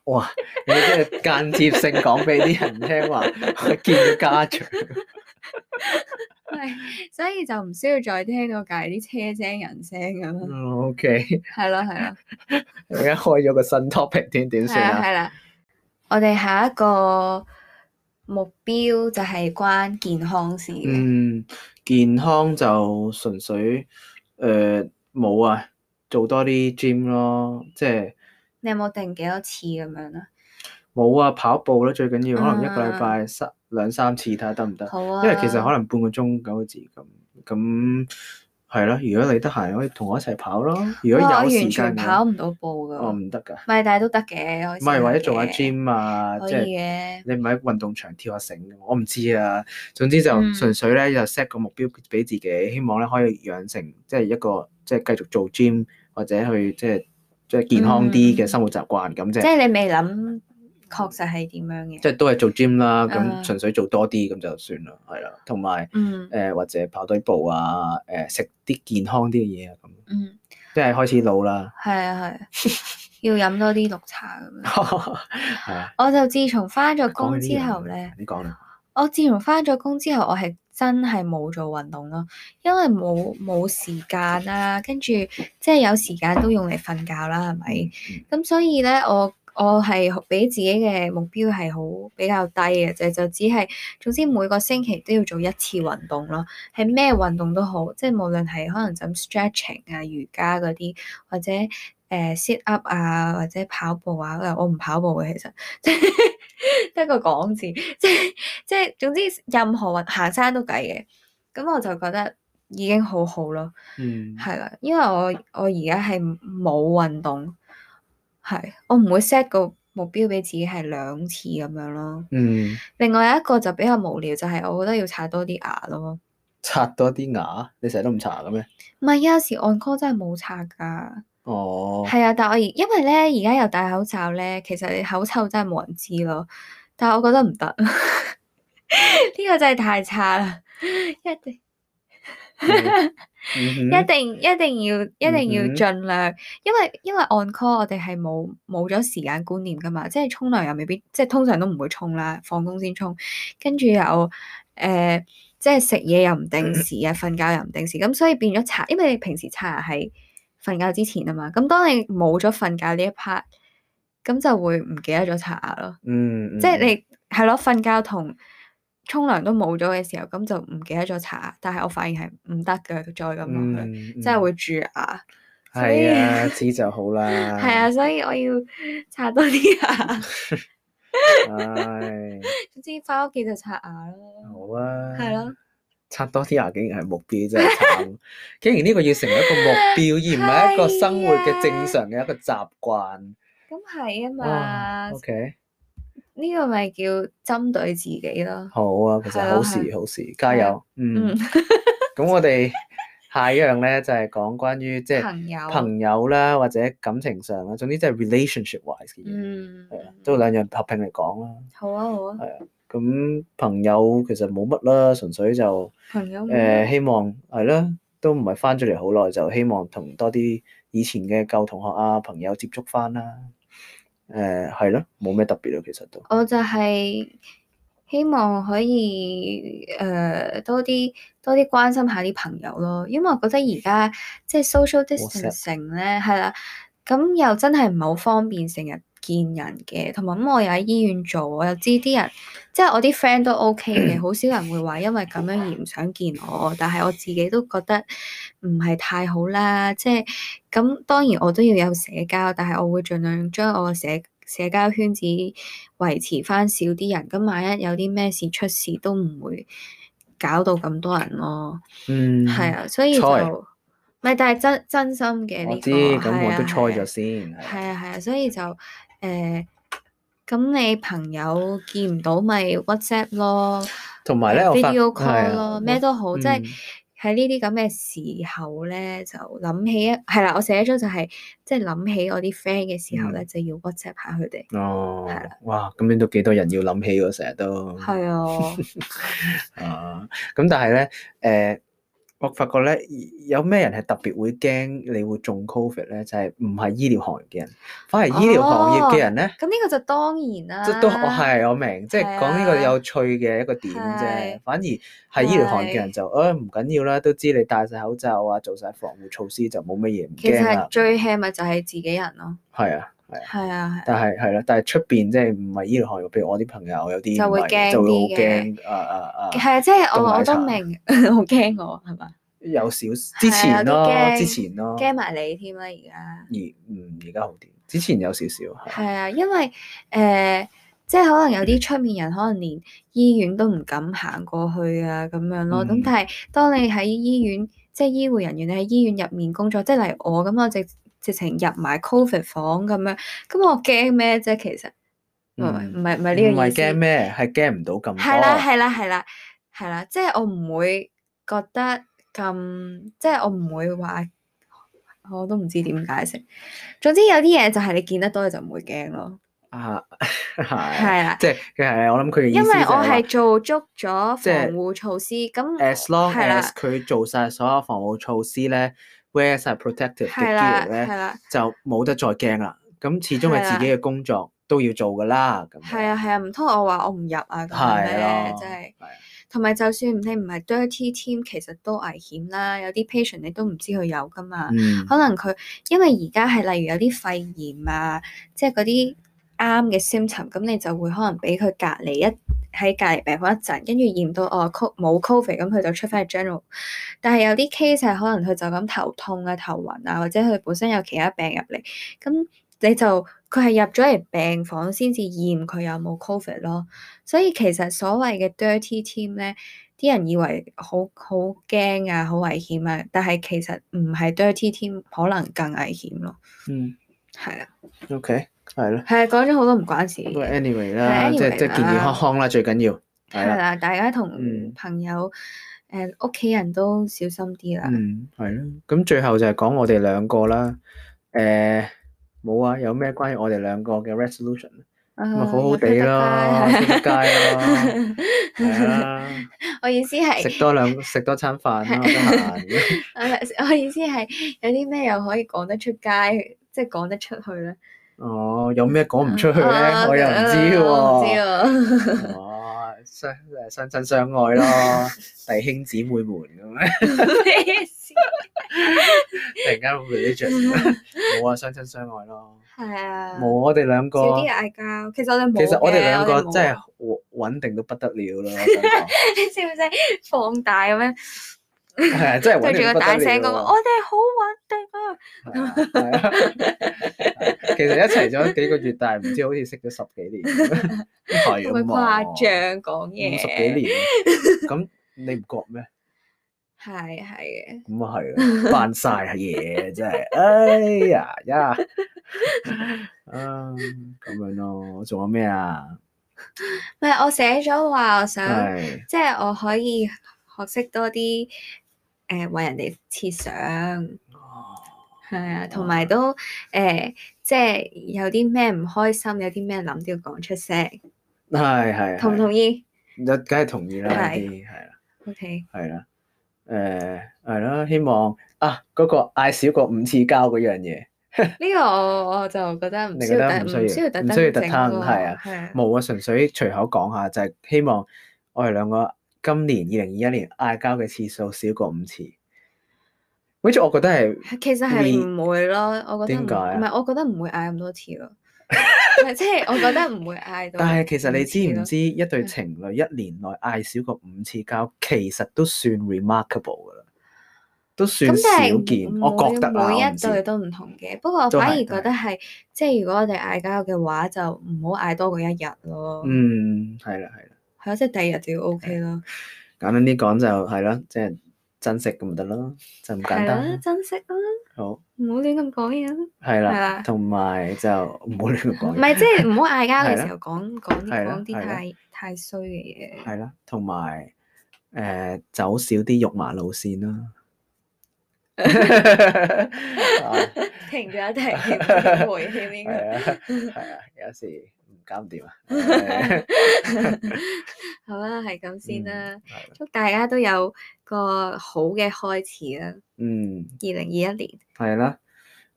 B: 哇，你真係間接性講俾啲人聽話， [LAUGHS] 我見咗家長。
A: 係所以就唔需要再聽到隔離啲車聲、人聲咁咯。
B: 嗯 OK。
A: 係咯係咯。
B: 而家開咗個新 topic 添， [LAUGHS] 點
A: 係
B: 算
A: 啦
B: 啊？
A: 係啦，我哋下一個目標就係關健康事嘅，
B: 嗯，健康就純粹誒冇、啊，做多啲 gym 咯，即係
A: 你有冇定幾多次咁樣啊？
B: 冇啊跑步啦，最緊要可能一個
A: 嗯
B: 禮拜三兩三次睇下得唔得，
A: 好啊，
B: 因為其實可能半個鐘九個字咁，咁係咯，如果你得閒可以同我一齊跑咯。如
A: 哇
B: 果
A: 我
B: 有時
A: 完
B: 間
A: 全
B: 嘅
A: 跑
B: 話，
A: 唔到步噶，
B: 我
A: 唔
B: 唔得㗎。
A: 係，但係都得嘅，可以
B: 唔係或者
A: 試
B: 做下
A: 嘅
B: gym 啊，
A: 可
B: 即
A: 以
B: 係
A: 嘅，
B: 你唔喺運動場跳下繩㗎嘛我唔知啊。總之就
A: 嗯
B: 純粹咧就 set 個目標俾自己，希望咧可以養成即係一個即係繼續做 gym 或者去即係即係健康啲嘅
A: 嗯
B: 生活習慣咁即
A: 即
B: 係
A: 係你未諗確實係點樣
B: 即
A: 嘅，
B: 係都係做 gym 啦，
A: 啊
B: 咁純粹做多啲咁就算啦，係啦，同埋。
A: 嗯
B: 誒、或者跑多啲步啊，誒、食啲健康啲嘅嘢啊，咁 [LAUGHS]
A: 嗯，
B: 即係開始老啦，
A: 係啊係啊， [LAUGHS] 要飲多啲綠茶咁樣。
B: 係啊。
A: 我就自從翻咗
B: 講
A: 工
B: 起
A: 之
B: 呢樣
A: 後
B: 嘢
A: 咧，
B: 你講啦，
A: 我自從翻咗工之後，我係真係冇做運動咯，因為冇冇時間啦、跟住即係有時間都用嚟瞓覺啦，係咪？
B: 嗯
A: 咁所以咧，我我係俾自己嘅目標係好比較低嘅啫，就只係總之每個星期都要做一次運動咯，係咩運動都好，即係無論係可能就咁 stretching 啊、瑜伽嗰啲，或者誒、呃 sit up 啊，或者跑步啊，呃我唔跑步嘅其實， [LAUGHS] 即係得個講字，即係即係總之任何運行山都計嘅，咁我就覺得已經好好咯。
B: 嗯
A: 係啦，因為我我而家係冇運動，係我唔會 set 個目標俾自己係兩次咁樣咯。
B: 嗯，
A: 另外有一個就比較無聊，就係、我覺得要刷多啲牙咯。
B: 刷多啲牙，你成日都唔刷嘅咩？
A: 唔係有時按 call 真係冇刷㗎，
B: 哦，
A: 係啊，但我而因為咧而家又戴口罩咧，其實你口臭真係冇人知咯。但係我覺得唔得， [LAUGHS] 呢個真係太差啦，一定。
B: 嗯
A: [LAUGHS] 一
B: 哼
A: 定一定要一定要
B: 嗯哼
A: 盡量，因為因為 on call 我哋係冇冇咗時間觀念噶嘛，即係沖涼又未必，即係通常都唔會沖啦，放工先沖，跟住又誒、呃即係食嘢又唔定時啊，瞓覺又唔定時，咁所以變咗刷，因為你平時刷牙係瞓覺之前啊嘛，咁當你冇咗瞓覺呢一 part，咁就會唔記得咗刷牙咯，
B: 嗯，
A: 即係
B: 嗯
A: 你係咯，瞓覺同沖涼都冇咗嘅時候，咁就唔記得咗刷牙，但係我發現係唔得嘅，再咁落去。
B: 嗯
A: 真係
B: 嗯
A: 會蛀牙。所以
B: 係啊，知就好啦。
A: [LAUGHS] 係啊，所以我要刷多啲牙。
B: [LAUGHS] 唉，
A: 總之翻屋企就刷牙咯。
B: 好啊，
A: 係咯，
B: 刷多啲牙竟然係目標，真係慘！ [LAUGHS] 竟然呢個要成為一個目標，而唔係一個生活嘅正常嘅一個習慣。
A: 咁係啊嘛
B: 哇，，OK，
A: 呢個咪叫針對自己咯。
B: 好啊，其實
A: 係咯
B: 好
A: 係
B: 事好事，加油！嗯
A: 嗯，，
B: 咁我哋下一樣咧就係講關於即係
A: 朋友，
B: 朋友啦，或者感情上啦，總之即係 relationship wise 嘅嘢，
A: 嗯，
B: 係啊，都兩樣合併嚟講啦。
A: 好啊好啊，
B: 咁朋友其實冇乜啦，純粹就。
A: 朋友
B: 誒、希望係啦，都唔係翻咗嚟好耐，就希望同多啲以前嘅舊同學啊、朋友接觸翻啦。誒係咯，冇咩特別咯，其實都
A: 我就係希望可以誒、呃多啲多啲關心下啲朋友咯，因為我覺得而家即係 social
B: WhatsApp
A: distancing 咧，係啦，咁又真係唔係好方便成日見人嘅，同埋咁我又喺醫院做，我又知啲人即係我啲 friend 都 OK
B: [CLEARS THROAT]
A: 嘅，好少人會話因為咁樣而唔想見我，但係我自己都覺得唔係太好啦，即係咁當然我都要有社交，但係我會盡量將我嘅社社交圈子維持翻少啲人，咁萬一有啲咩事出事都唔會搞到咁多人咯，
B: 嗯
A: 係、啊，所以就
B: 猜
A: 唔係，但係真真心嘅
B: 我
A: 呢、
B: 知，
A: 個
B: 咁
A: 係
B: 我
A: 啊
B: 都
A: 係
B: 猜咗
A: 啊
B: 先。係
A: 係啊係啊，所以就誒，呃咁、你朋友見唔到咪 WhatsApp 咯，
B: 同埋咧，我發
A: video
B: 係
A: call
B: 啊
A: 咯，咩都好，即係
B: 嗯
A: 喺呢啲咁嘅時候咧，就諗起一係啦，我寫咗就係即係諗起我啲 friend 嘅時候
B: 嗯
A: 咧，就要 WhatsApp 下佢哋。
B: 哦
A: 係啦，
B: 哇！咁樣都幾多人要諗起喎，成日都
A: 係啊，
B: 啊。咁但係咧，誒、我發覺咧，有咩人係特別會驚你會中 covid 咧？就係唔係醫療行業嘅人，反而醫療行業嘅人咧。
A: 咁呢個就當然啦。
B: [LAUGHS] 即都我係我明，即係
A: 哦係
B: 講呢個
A: 啊
B: 有趣嘅一個點
A: 係
B: 啫。反而係醫療行業嘅人就誒唔緊要啦，都知你戴晒口罩啊，做晒防護措施就冇乜嘢唔
A: 其
B: 驚啊
A: 實
B: 啦。
A: 最 hea 咪就係自己人咯。
B: 係啊，係啊。
A: 係啊，係啊。
B: 但係係啦，但係出邊即係唔係醫療行業，譬如我啲朋友有啲
A: 就會
B: 唔係就會好
A: 驚啲嘅
B: 驚啊啊啊！
A: 係啊，即係我
B: 凍
A: 我
B: 奶茶
A: 都明， [LAUGHS] 好驚我係嘛，
B: 有少之前
A: 啊都
B: 咯
A: 驚，
B: 之前咯，而
A: 驚埋你添啦而家。
B: 嗯而家好啲，之前有少少係
A: 係啊，因為誒、呃即係可能有啲出面人可能連醫院都唔敢行過去啊，咁樣咯。咁、
B: 嗯
A: 但係當你喺醫院即係醫護人員你喺醫院入面工作，即係例如我咁，我直直情入埋 Covid 房咁樣，咁我驚咩啫？其實唔係
B: 嗯
A: 唔係唔係
B: 唔
A: 呢個意
B: 係
A: 思。
B: 驚咩，係驚唔到咁多。
A: 係啦，係啦，係啦，係啦，即係我唔會覺得咁，即係我唔會話，我都唔知點解釋。總之有啲嘢就係你見得多你就唔會驚咯，
B: 啊， [LAUGHS] 係，
A: 係啦，啊
B: 即係佢係我諗佢嘅意
A: 因
B: 思
A: 為
B: 就
A: 我係
B: 係
A: 做足咗
B: 即係
A: 防護措施，咁
B: 話 as long
A: 係啦
B: as 佢做晒所有防護措施咧，wear 晒 protective 嘅
A: 係啦
B: gear
A: 係
B: 咧，
A: 啦，
B: 就冇得再驚啦。咁始終係自己嘅工作都要做噶啦。咁樣
A: 係啊係啊，唔通我話我唔入啊咁樣
B: 係
A: 咩
B: 咯？，
A: 真係。
B: 係啊
A: 同埋就算你唔係 dirty team，其實都危險啦。有啲 patient 你都唔知佢有噶嘛。
B: 嗯
A: 可能佢因為而家係例如有啲肺炎啊，即係嗰啲啱嘅 symptom，咁你就會可能俾佢隔離一喺隔離病房一陣，跟住驗到哦 co- 冇 covid，咁佢就出翻去 general。但係有啲 case 係可能佢就咁頭痛啊、頭暈啊，或者佢本身有其他病入嚟，咁你就佢係入咗嚟病房先至驗佢有冇 covid 咯。所以其實所謂嘅 dirty team 咧。啲人以為好好驚啊，好危險啊，但係其實唔係 dirty team 可能更危險咯，
B: 嗯
A: 係啊，
B: ，OK，係咯。
A: 係啊，講咗好多唔關事
B: 不
A: 嘅
B: 過
A: 嘢，
B: anyway 啦，即係
A: anyway
B: 即係健健
A: 啦
B: 康康啦，最緊要係
A: 係
B: 啦。
A: 啦，大家
B: 嗯
A: 同朋友誒屋企人都小心啲啦，
B: 嗯，係咯。咁最後就係講我哋兩個啦。誒、冇啊，有咩關於我哋兩個嘅 resolution？咁咪
A: 啊
B: 好好地咯，出得
A: [LAUGHS]
B: 街咯，係啦，
A: 我意思係
B: 啊食多兩食多餐飯啦，得閒。
A: 我我意思係有啲咩又可以講得出街，即係講得出去咧，
B: Ờ, 哦，有咩
A: Ờ,
B: 講唔出去咧？
A: 啊
B: 我又唔知
A: 啊我唔知
B: 喎。
A: 喎。
B: 哦，相誒相親相愛咯，弟兄姊妹們咁 [LAUGHS]
A: [LAUGHS]
B: 樣。
A: 咩事？
B: 突然間 religious，冇啊，相親相愛咯，
A: 係啊，
B: 冇我哋兩個，
A: 少啲嗌交。其實我哋冇
B: 其實我哋兩個真係
A: 係
B: 穩穩定到不得了咯，我想
A: [LAUGHS]
B: 講
A: 你知唔知放大咁樣
B: 係啊真係
A: 對
B: 穩定
A: 住
B: 到
A: 個
B: 不
A: 大聲哦
B: 得
A: 咁，
B: 了
A: 我
B: 啊。
A: 哋好穩定啊！
B: 係啊係啊其實一齊咗幾個月，但係唔知好似識咗十幾年
A: [LAUGHS]
B: 咁，
A: 會
B: 係
A: 唔會
B: 咁啊，
A: 誇張講嘢？
B: 五十幾年，咁你唔覺咩？啊
A: 係係嘅，
B: 咁
A: [LAUGHS]
B: 啊係啊，扮晒嘢真係，哎呀呀，啊咁樣咯，仲有咩啊？
A: 唔係我寫咗話我想，
B: 係。
A: 即係我可以學識多啲誒為人哋設想。係
B: 哦
A: 啊，同埋都誒、呃即係有啲咩唔開心，有啲咩諗都要講出聲，
B: 係係，
A: 同唔同意
B: 意？梗係同意啦，呢
A: 係
B: 啲係啦，
A: ？OK，
B: 係啦，誒係啦，希望啊嗰個嗌少過五次交嗰樣嘢
A: 呢個我我就覺得唔
B: 你
A: 需
B: 覺
A: 要
B: 得
A: 特
B: 唔需
A: 唔需
B: 要
A: 要特
B: 唔
A: 登
B: 需要特
A: 整
B: 登
A: 喎
B: 係啊
A: 係啊，
B: 冇啊，純粹隨口講下，就係希望我哋兩個今年二零二一年嗌交嘅次數少過五次，which 我覺得係
A: 係其實係唔會咯，我覺得唔
B: 點解啊
A: 唔係，我覺得唔會嗌咁多
B: [LAUGHS]
A: 次咯，唔係即係我覺得唔會嗌到五次咯。
B: 但係其實你知唔知一對
A: 嗯
B: 情侶一年內嗌少過五次交，其實都算 remarkable 噶啦，都算
A: 咁
B: 少
A: 但
B: 見。
A: 係
B: 我覺得啊，
A: 每
B: 我
A: 每
B: 唔
A: 一
B: 知
A: 對都唔同嘅，不過我
B: 都係
A: 反而
B: 都係
A: 覺得係即係如果我哋嗌交嘅話，就唔好嗌多過一日咯。
B: 嗯，係啦係啦，
A: 係咯，即係第二日就要 OK 咯，
B: 簡單啲講就係啦，即係珍惜咁咪得咯，就咁簡
A: 係啦，
B: 單。
A: 珍惜啦，
B: 好，
A: 唔好亂咁講嘢
B: [LAUGHS]
A: 啦。
B: 係
A: 係
B: 啦，
A: 啦
B: 同埋就唔好亂咁講
A: 唔
B: 嘢。
A: 係即係唔好嗌交
B: 係
A: 嘅時
B: 啦
A: 候講講
B: 係啦
A: 講啲
B: 係啦
A: 太太衰嘅嘢。
B: 係啦，同埋誒走少啲肉麻路線啦。啊
A: 停咗
B: [LAUGHS]
A: 一停， [LAUGHS] 唔知回氣邊
B: 係
A: 個？
B: 啊，係啊，有時唔搞唔掂啊。係
A: 好啦，係咁先啦。
B: 嗯係啦
A: 祝大家都有個好嘅開始啦！
B: 嗯，
A: 二零二一年
B: 係啦。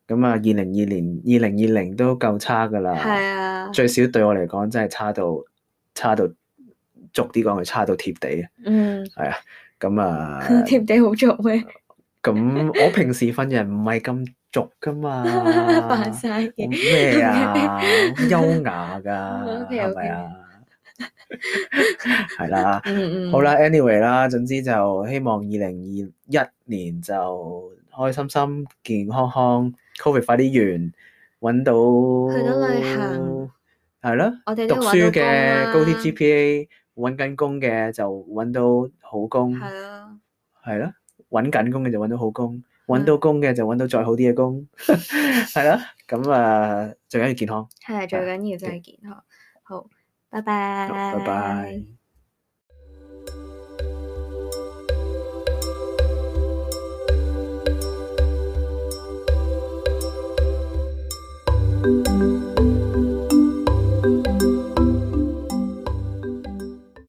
B: 咁啊，二零二年、二零二零都夠差噶啦。
A: 係啊，
B: 最少對我嚟講，真係差到差到俗啲講，佢差到貼地啊！
A: 嗯，
B: 咁啊，
A: [LAUGHS] 貼地好做咩？
B: 咁我平時份人唔係咁俗噶
A: [LAUGHS]
B: 嘛，啊
A: 扮晒嘅，
B: 我咩
A: [LAUGHS]
B: 啊，好優雅噶，
A: OK，OK
B: 係
A: [LAUGHS]
B: 咪啊？係啦，
A: 嗯嗯，
B: 好，啦，anyway 啦，總之就希望二零二一年就開心心、健健康康，Covid 快啲完，揾到
A: 去到旅行，
B: 係啦。
A: 我哋
B: 讀
A: 都
B: 書
A: 揾到工
B: 嘅
A: 啦
B: 高啲 GPA，揾緊工嘅就揾到好工，
A: 係咯，
B: 係咯，揾緊工嘅就揾到好工，揾到工嘅就揾到再好啲嘅工， [LAUGHS] 係啦。咁啊，最緊要健康。
A: 係最緊要就係健康。好，拜拜。
B: 好拜拜。